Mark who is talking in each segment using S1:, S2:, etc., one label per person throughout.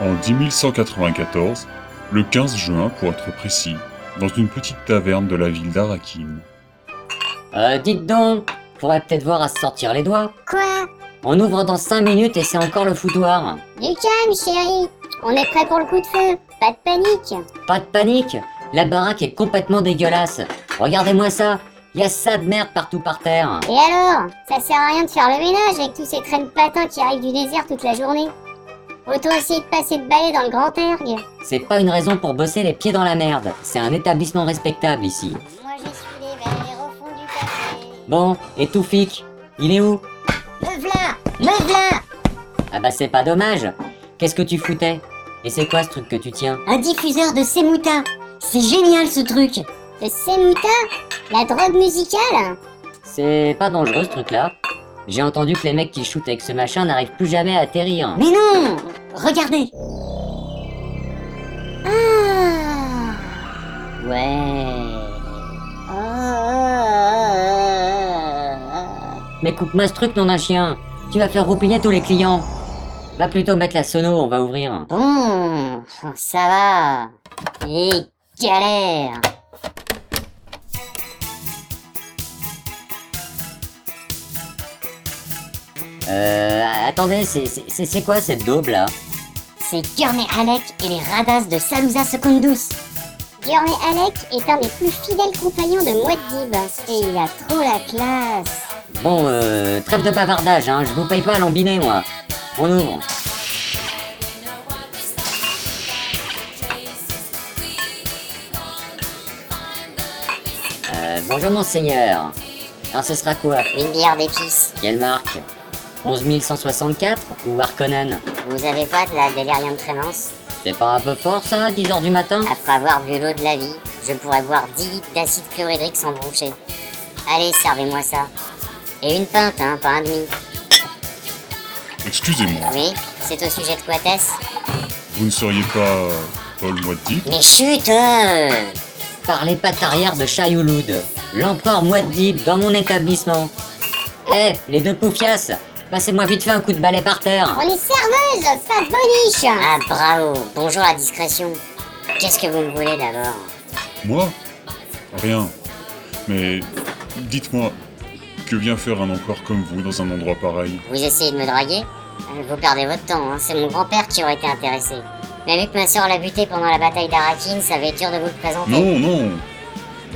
S1: en 10194, le 15 juin pour être précis, dans une petite taverne de la ville d'Arakim.
S2: Euh, dites donc, faudrait peut-être voir à se sortir les doigts.
S3: Quoi
S2: On ouvre dans 5 minutes et c'est encore le foutoir.
S3: Du calme, chérie. On est prêt pour le coup de feu. Pas de panique.
S2: Pas de panique, la baraque est complètement dégueulasse. Regardez-moi ça, y a ça de merde partout par terre.
S3: Et alors Ça sert à rien de faire le ménage avec tous ces traînes patins qui arrivent du désert toute la journée. Autant essayer de passer de balai dans le grand ergue.
S2: C'est pas une raison pour bosser les pieds dans la merde, c'est un établissement respectable ici.
S3: Moi, je suis les verres au fond du café.
S2: Bon, et Toufik, il est où
S3: Le v'là Le v'là
S2: Ah bah c'est pas dommage. Qu'est-ce que tu foutais Et c'est quoi ce truc que tu tiens
S3: Un diffuseur de Semouta. C'est génial ce truc. Le Semouta La drogue musicale
S2: C'est pas dangereux ce truc-là. J'ai entendu que les mecs qui shootent avec ce machin n'arrivent plus jamais à atterrir.
S3: Mais non Regardez Ah
S2: Ouais.
S3: Ah.
S2: Mais coupe-moi ce truc, non d'un chien. Tu vas faire roupiller tous les clients. Va plutôt mettre la sono, on va ouvrir.
S3: Bon, ça va. Et galère.
S2: Euh, attendez, c'est- c'est c'est- c'est quoi cette daube là
S3: C'est Gurney Alec et les radasses de Salusa Secundus. Gurney Alec est un des plus fidèles compagnons de Muad'Dib. Et il a trop la classe.
S2: Bon, euh, trêve de bavardage, hein. Je vous paye pas à l'embiné, moi. On ouvre. Euh, bonjour, monseigneur. Alors, ce sera quoi
S3: Une bière d'épices.
S2: Quelle marque 11164 ou Harkonnen
S3: Vous avez pas de la délirium tremens
S2: C'est pas un peu fort ça, 10h du matin
S3: Après avoir bu l'eau de la vie, je pourrais boire 10 litres d'acide chlorhydrique sans broncher. Allez, servez-moi ça. Et une pinte, hein, pas un demi.
S1: Excusez-moi,
S3: Oui, c'est au sujet de quoi, Tess
S1: vous ne seriez pas euh, Paul Moitdi
S3: Mais chut euh
S2: Par les pattes arrière de Chayouloud, l'empereur Mouadib dans mon établissement. Eh, les deux poufias, passez-moi vite fait un coup de balai par terre.
S3: On est serveuse, pas boniche Ah bravo, bonjour à discrétion. Qu'est-ce que vous me voulez d'abord
S1: Moi Rien. Mais dites-moi, que vient faire un empereur comme vous dans un endroit pareil
S3: Vous essayez de me draguer Euh, Vous perdez votre temps, hein, c'est mon grand-père qui aurait été intéressé. Mais vu que ma sœur l'a buté pendant la bataille d'Arakin, ça va être dur de vous le présenter.
S1: Non, non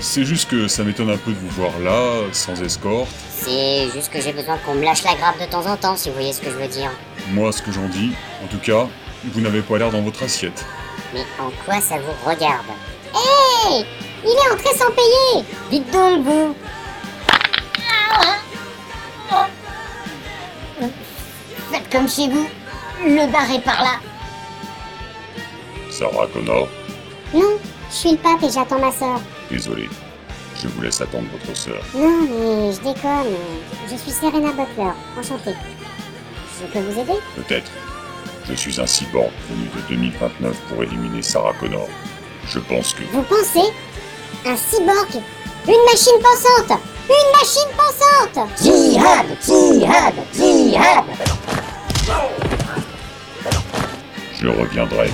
S1: C'est juste que ça m'étonne un peu de vous voir là, sans escorte.
S3: C'est juste que j'ai besoin qu'on me lâche la grappe de temps en temps, si vous voyez ce que je veux dire.
S1: Moi, ce que j'en dis, en tout cas, vous n'avez pas l'air dans votre assiette.
S3: Mais en quoi ça vous regarde Hé Il est entré sans payer Dites donc, vous Faites comme chez vous, le bar est par là.
S1: Sarah Connor,
S3: Non, je suis le pape et j'attends ma sœur.
S1: désolé. Je vous laisse attendre votre sœur.
S3: Non, mais je déconne. Je suis Serena Butler, enchantée. Je peux vous aider
S1: Peut-être. Je suis un cyborg venu de 2029 pour éliminer Sarah Connor. Je pense que...
S3: Vous pensez Un cyborg Une machine pensante Une machine pensante Jihad Jihad Jihad
S1: Je reviendrai.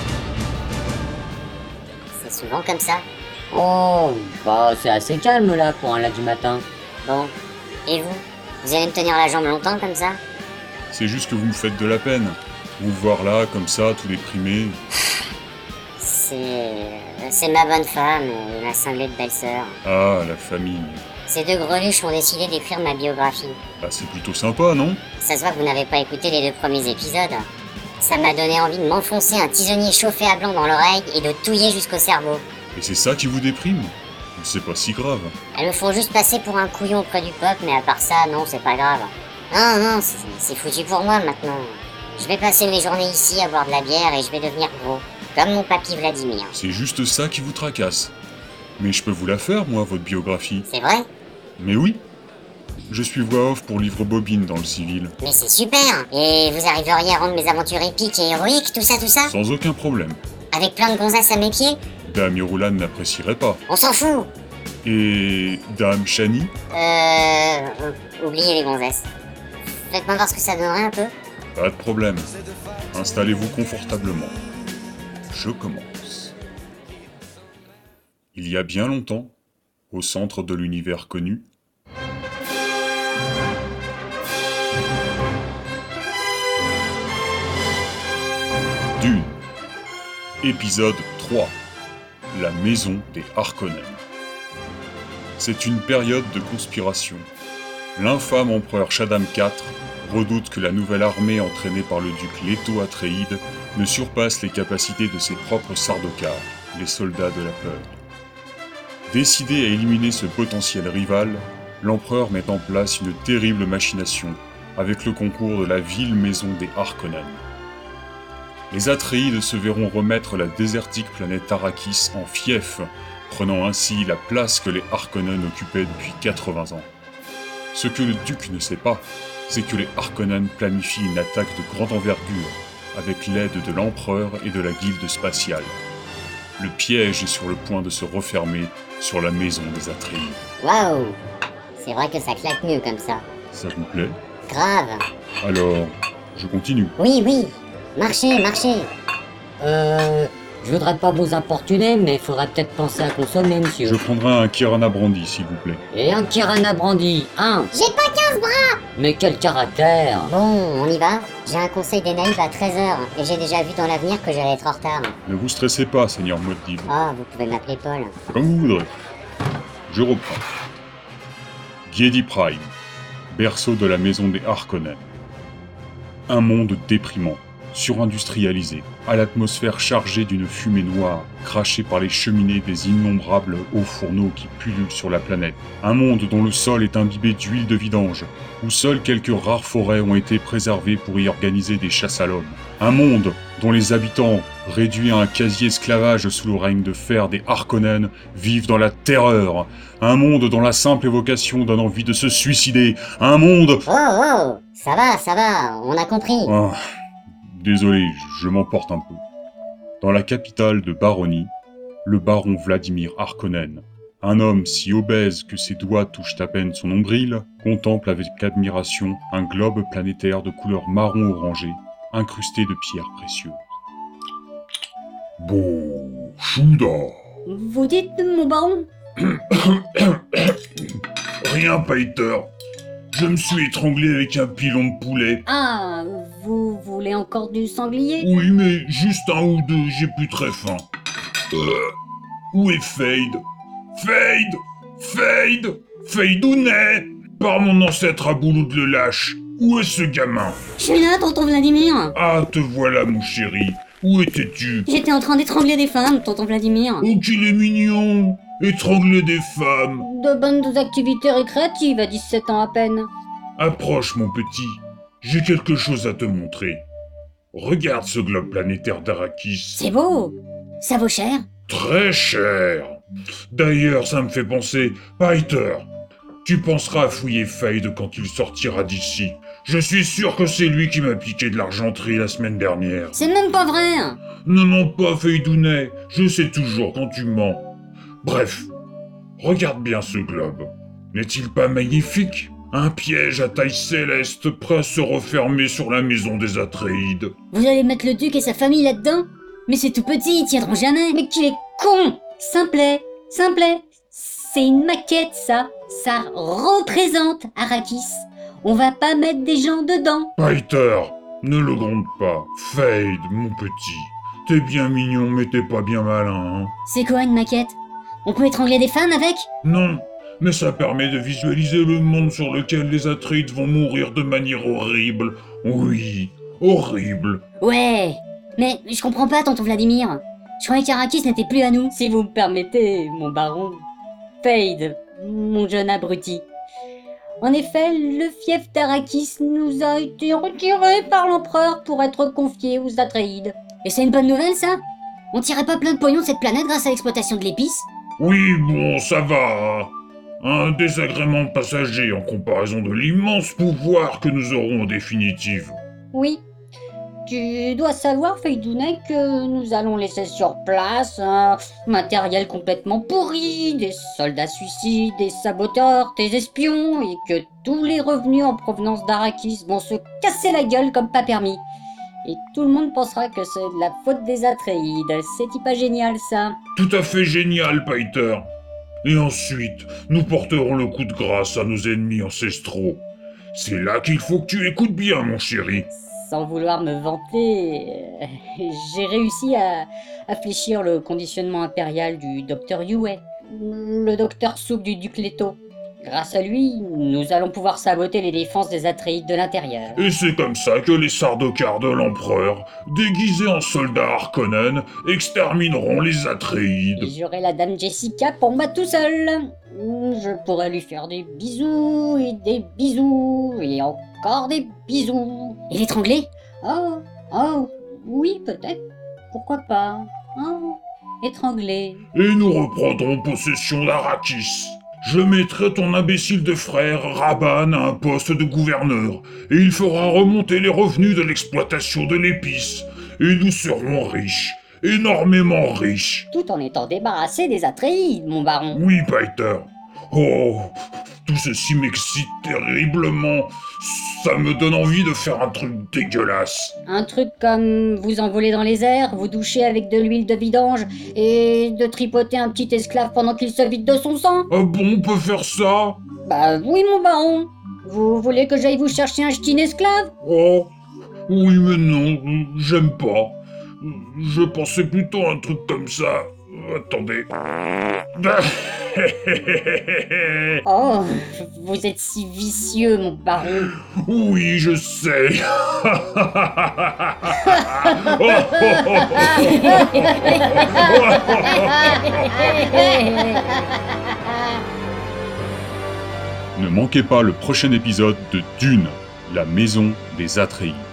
S3: C'est souvent comme ça.
S2: Oh, bah c'est assez calme là pour un là du matin.
S3: Bon. Et vous Vous allez me tenir la jambe longtemps comme ça
S1: C'est juste que vous me faites de la peine. Vous voir là, comme ça, tout déprimé.
S3: C'est... C'est ma bonne femme et ma cinglée de belle-sœur.
S1: Ah, la famille.
S3: Ces deux greluches ont décidé d'écrire ma biographie.
S1: Bah, c'est plutôt sympa, non
S3: Ça se voit que vous n'avez pas écouté les deux premiers épisodes. Ça m'a donné envie de m'enfoncer un tisonnier chauffé à blanc dans l'oreille et de touiller jusqu'au cerveau.
S1: Et c'est ça qui vous déprime C'est pas si grave.
S3: Elles me font juste passer pour un couillon auprès du peuple, mais à part ça, non, c'est pas grave. Non, non, c'est- c'est foutu pour moi maintenant. Je vais passer mes journées ici à boire de la bière et je vais devenir gros, comme mon papy Vladimir.
S1: C'est juste ça qui vous tracasse. Mais je peux vous la faire, moi, votre biographie.
S3: C'est vrai
S1: Mais oui Je suis voix off pour livre bobine dans le civil.
S3: Mais c'est super Et vous arriveriez à rendre mes aventures épiques et héroïques, tout ça, tout ça
S1: Sans aucun problème.
S3: Avec plein de gonzesses à mes pieds
S1: Dame Irulan n'apprécierait pas.
S3: On s'en fout
S1: Et... Dame Shani
S3: Euh... Oubliez les gonzesses. Faites-moi voir ce que ça donnerait un peu.
S1: Pas de problème. Installez-vous confortablement. je commence. Il y a bien longtemps, au centre de l'univers connu, Dune, épisode 3, la maison des Harkonnen. C'est une période de conspiration. L'infâme empereur Shaddam IV redoute que la nouvelle armée entraînée par le duc Leto Atréide ne surpasse les capacités de ses propres Sardaukars, les soldats de la peur. Décidé à éliminer ce potentiel rival, l'empereur met en place une terrible machination avec le concours de la ville maison des Harkonnen. Les Atréides se verront remettre la désertique planète Arrakis en fief, prenant ainsi la place que les Harkonnen occupaient depuis 80 ans. Ce que le duc ne sait pas, c'est que les Harkonnen planifient une attaque de grande envergure, avec l'aide de l'Empereur et de la Guilde spatiale. Le piège est sur le point de se refermer sur la maison des Atreides.
S3: Waouh C'est vrai que ça claque mieux comme ça.
S1: Ça vous plaît
S3: Grave
S1: Alors, je continue.
S3: Oui, oui Marchez, marchez
S4: Euh, je voudrais pas vous importuner, mais faudrait peut-être penser à consommer, monsieur.
S1: Je prendrai un Kirana Brandy, s'il vous plaît.
S4: Et un Kirana Brandy, hein
S3: J'ai pas 15 bras
S4: Mais quel caractère
S3: Bon, on y va J'ai un conseil des naïfs à 13h, et j'ai déjà vu dans l'avenir que j'allais être en retard.
S1: Ne vous stressez pas, Seigneur Motive.
S3: Oh, vous pouvez m'appeler Paul.
S1: Comme vous voudrez. Je reprends. Giedi Prime, berceau de la maison des Harkonnen. Un monde déprimant, surindustrialisé, à l'atmosphère chargée d'une fumée noire, crachée par les cheminées des innombrables hauts fourneaux qui pullulent sur la planète. Un monde dont le sol est imbibé d'huile de vidange, où seules quelques rares forêts ont été préservées pour y organiser des chasses à l'homme. Un monde dont les habitants, réduits à un quasi-esclavage sous le règne de fer des Harkonnen, vivent dans la terreur. Un monde dont la simple évocation donne envie de se suicider. Un monde...
S3: Oh, oh Ça va, ça va, on a compris
S1: Ah, désolé, je- je m'emporte un peu. Dans la capitale de Baronie, le baron Vladimir Harkonnen, un homme si obèse que ses doigts touchent à peine son nombril, contemple avec admiration un globe planétaire de couleur marron orangé, incrusté de pierres précieuses. Bon, Chouda,
S2: Vous dites, mon baron
S1: rien, Peter. Je me suis étranglé avec un pilon de poulet.
S2: Ah, vous voulez encore du sanglier
S1: Oui, mais juste un ou deux, j'ai plus très faim. Euh, où est Fade Fade Fade Fade où n'est Par mon ancêtre à Bouloud le lâche, où est ce gamin
S2: Je suis là, tonton Vladimir
S1: Ah, te voilà, mon chéri. Où étais-tu
S2: J'étais en train d'étrangler des femmes, tonton Vladimir
S1: Oh, qu'il est mignon Étrangler des femmes
S2: De bonnes activités récréatives à 17 ans à peine.
S1: Approche, mon petit. J'ai quelque chose à te montrer. Regarde ce globe planétaire d'Arakis.
S2: C'est beau Ça vaut cher
S1: Très cher. D'ailleurs, ça me fait penser, Piter, tu penseras à fouiller Fade quand il sortira d'ici. Je suis sûr que c'est lui qui m'a piqué de l'argenterie la semaine dernière.
S2: C'est même pas vrai hein.
S1: Ne mens pas, Feydounet, je sais toujours quand tu mens. Bref, regarde bien ce globe. N'est-il pas magnifique Un piège à taille céleste prêt à se refermer sur la maison des Atréides.
S2: Vous allez mettre le duc et sa famille là-dedans Mais c'est tout petit, ils tiendront jamais Mais qu'il est con Simplet Simplet C'est une maquette, ça Ça représente Arrakis On va pas mettre des gens dedans
S1: Peter, ne le gronde pas. Fade, mon petit. T'es bien mignon, mais t'es pas bien malin, hein
S2: C'est quoi une maquette On peut étrangler des femmes avec
S1: Non, mais ça permet de visualiser le monde sur lequel les Atreides vont mourir de manière horrible. Oui, horrible.
S2: Ouais Mais je comprends pas, tonton Vladimir Je croyais qu'Arrakis n'était plus à nous Si vous me permettez, mon baron... Fade, mon jeune abruti. En effet, le fief d'Arrakis nous a été retiré par l'empereur pour être confié aux Atreides. Et c'est une bonne nouvelle, ça On tirait pas plein de pognon de cette planète grâce à l'exploitation de l'épice
S1: Oui, bon, ça va. hein. Un désagrément passager en comparaison de l'immense pouvoir que nous aurons en définitive.
S2: Oui. Tu dois savoir, Feydounet, que nous allons laisser sur place un matériel complètement pourri, des soldats suicides, des saboteurs, des espions, et que tous les revenus en provenance d'Arrakis vont se casser la gueule comme pas permis. et tout le monde pensera que c'est de la faute des Atréides. C'est pas génial ça.
S1: Tout à fait génial, Paiter. Et ensuite, nous porterons le coup de grâce à nos ennemis ancestraux. C'est là qu'il faut que tu écoutes bien, mon chéri.
S2: Sans vouloir me vanter, euh, j'ai réussi à, à fléchir le conditionnement impérial du docteur Yue, le docteur soupe du duc Leto. Grâce à lui, nous allons pouvoir saboter les défenses des Atréides de l'intérieur.
S1: Et c'est comme ça que les sardocars de l'empereur, déguisés en soldats Harkonnen, extermineront les
S2: Et
S1: Atréides.
S2: j'aurai la dame Jessica pour moi tout seul. Je pourrai lui faire des bisous et des bisous et encore des bisous. Et l'étrangler Oh, oh, oui peut-être. Pourquoi pas Oh, étrangler.
S1: Et nous reprendrons possession d'Arakis. Je mettrai ton imbécile de frère, Raban, à un poste de gouverneur, et il fera remonter les revenus de l'exploitation de l'épice. Et nous serons riches, énormément riches.
S2: Tout en étant débarrassé des Atréides, mon baron.
S1: Oui, Peter. Oh, tout ceci m'excite terriblement. Ça me donne envie de faire un truc dégueulasse.
S2: Un truc comme vous envoler dans les airs, vous doucher avec de l'huile de vidange et de tripoter un petit esclave pendant qu'il se vide de son sang
S1: Ah bon, on peut faire ça
S2: Bah oui, mon baron. Vous voulez que j'aille vous chercher un ch'tin esclave
S1: Oh, oui, mais non, j'aime pas. Je pensais plutôt à un truc comme ça. Attendez.
S2: Oh, vous êtes si vicieux, mon baron.
S1: Oui, je sais.
S5: Ne manquez pas le prochain épisode de Dune, la maison des Atréides.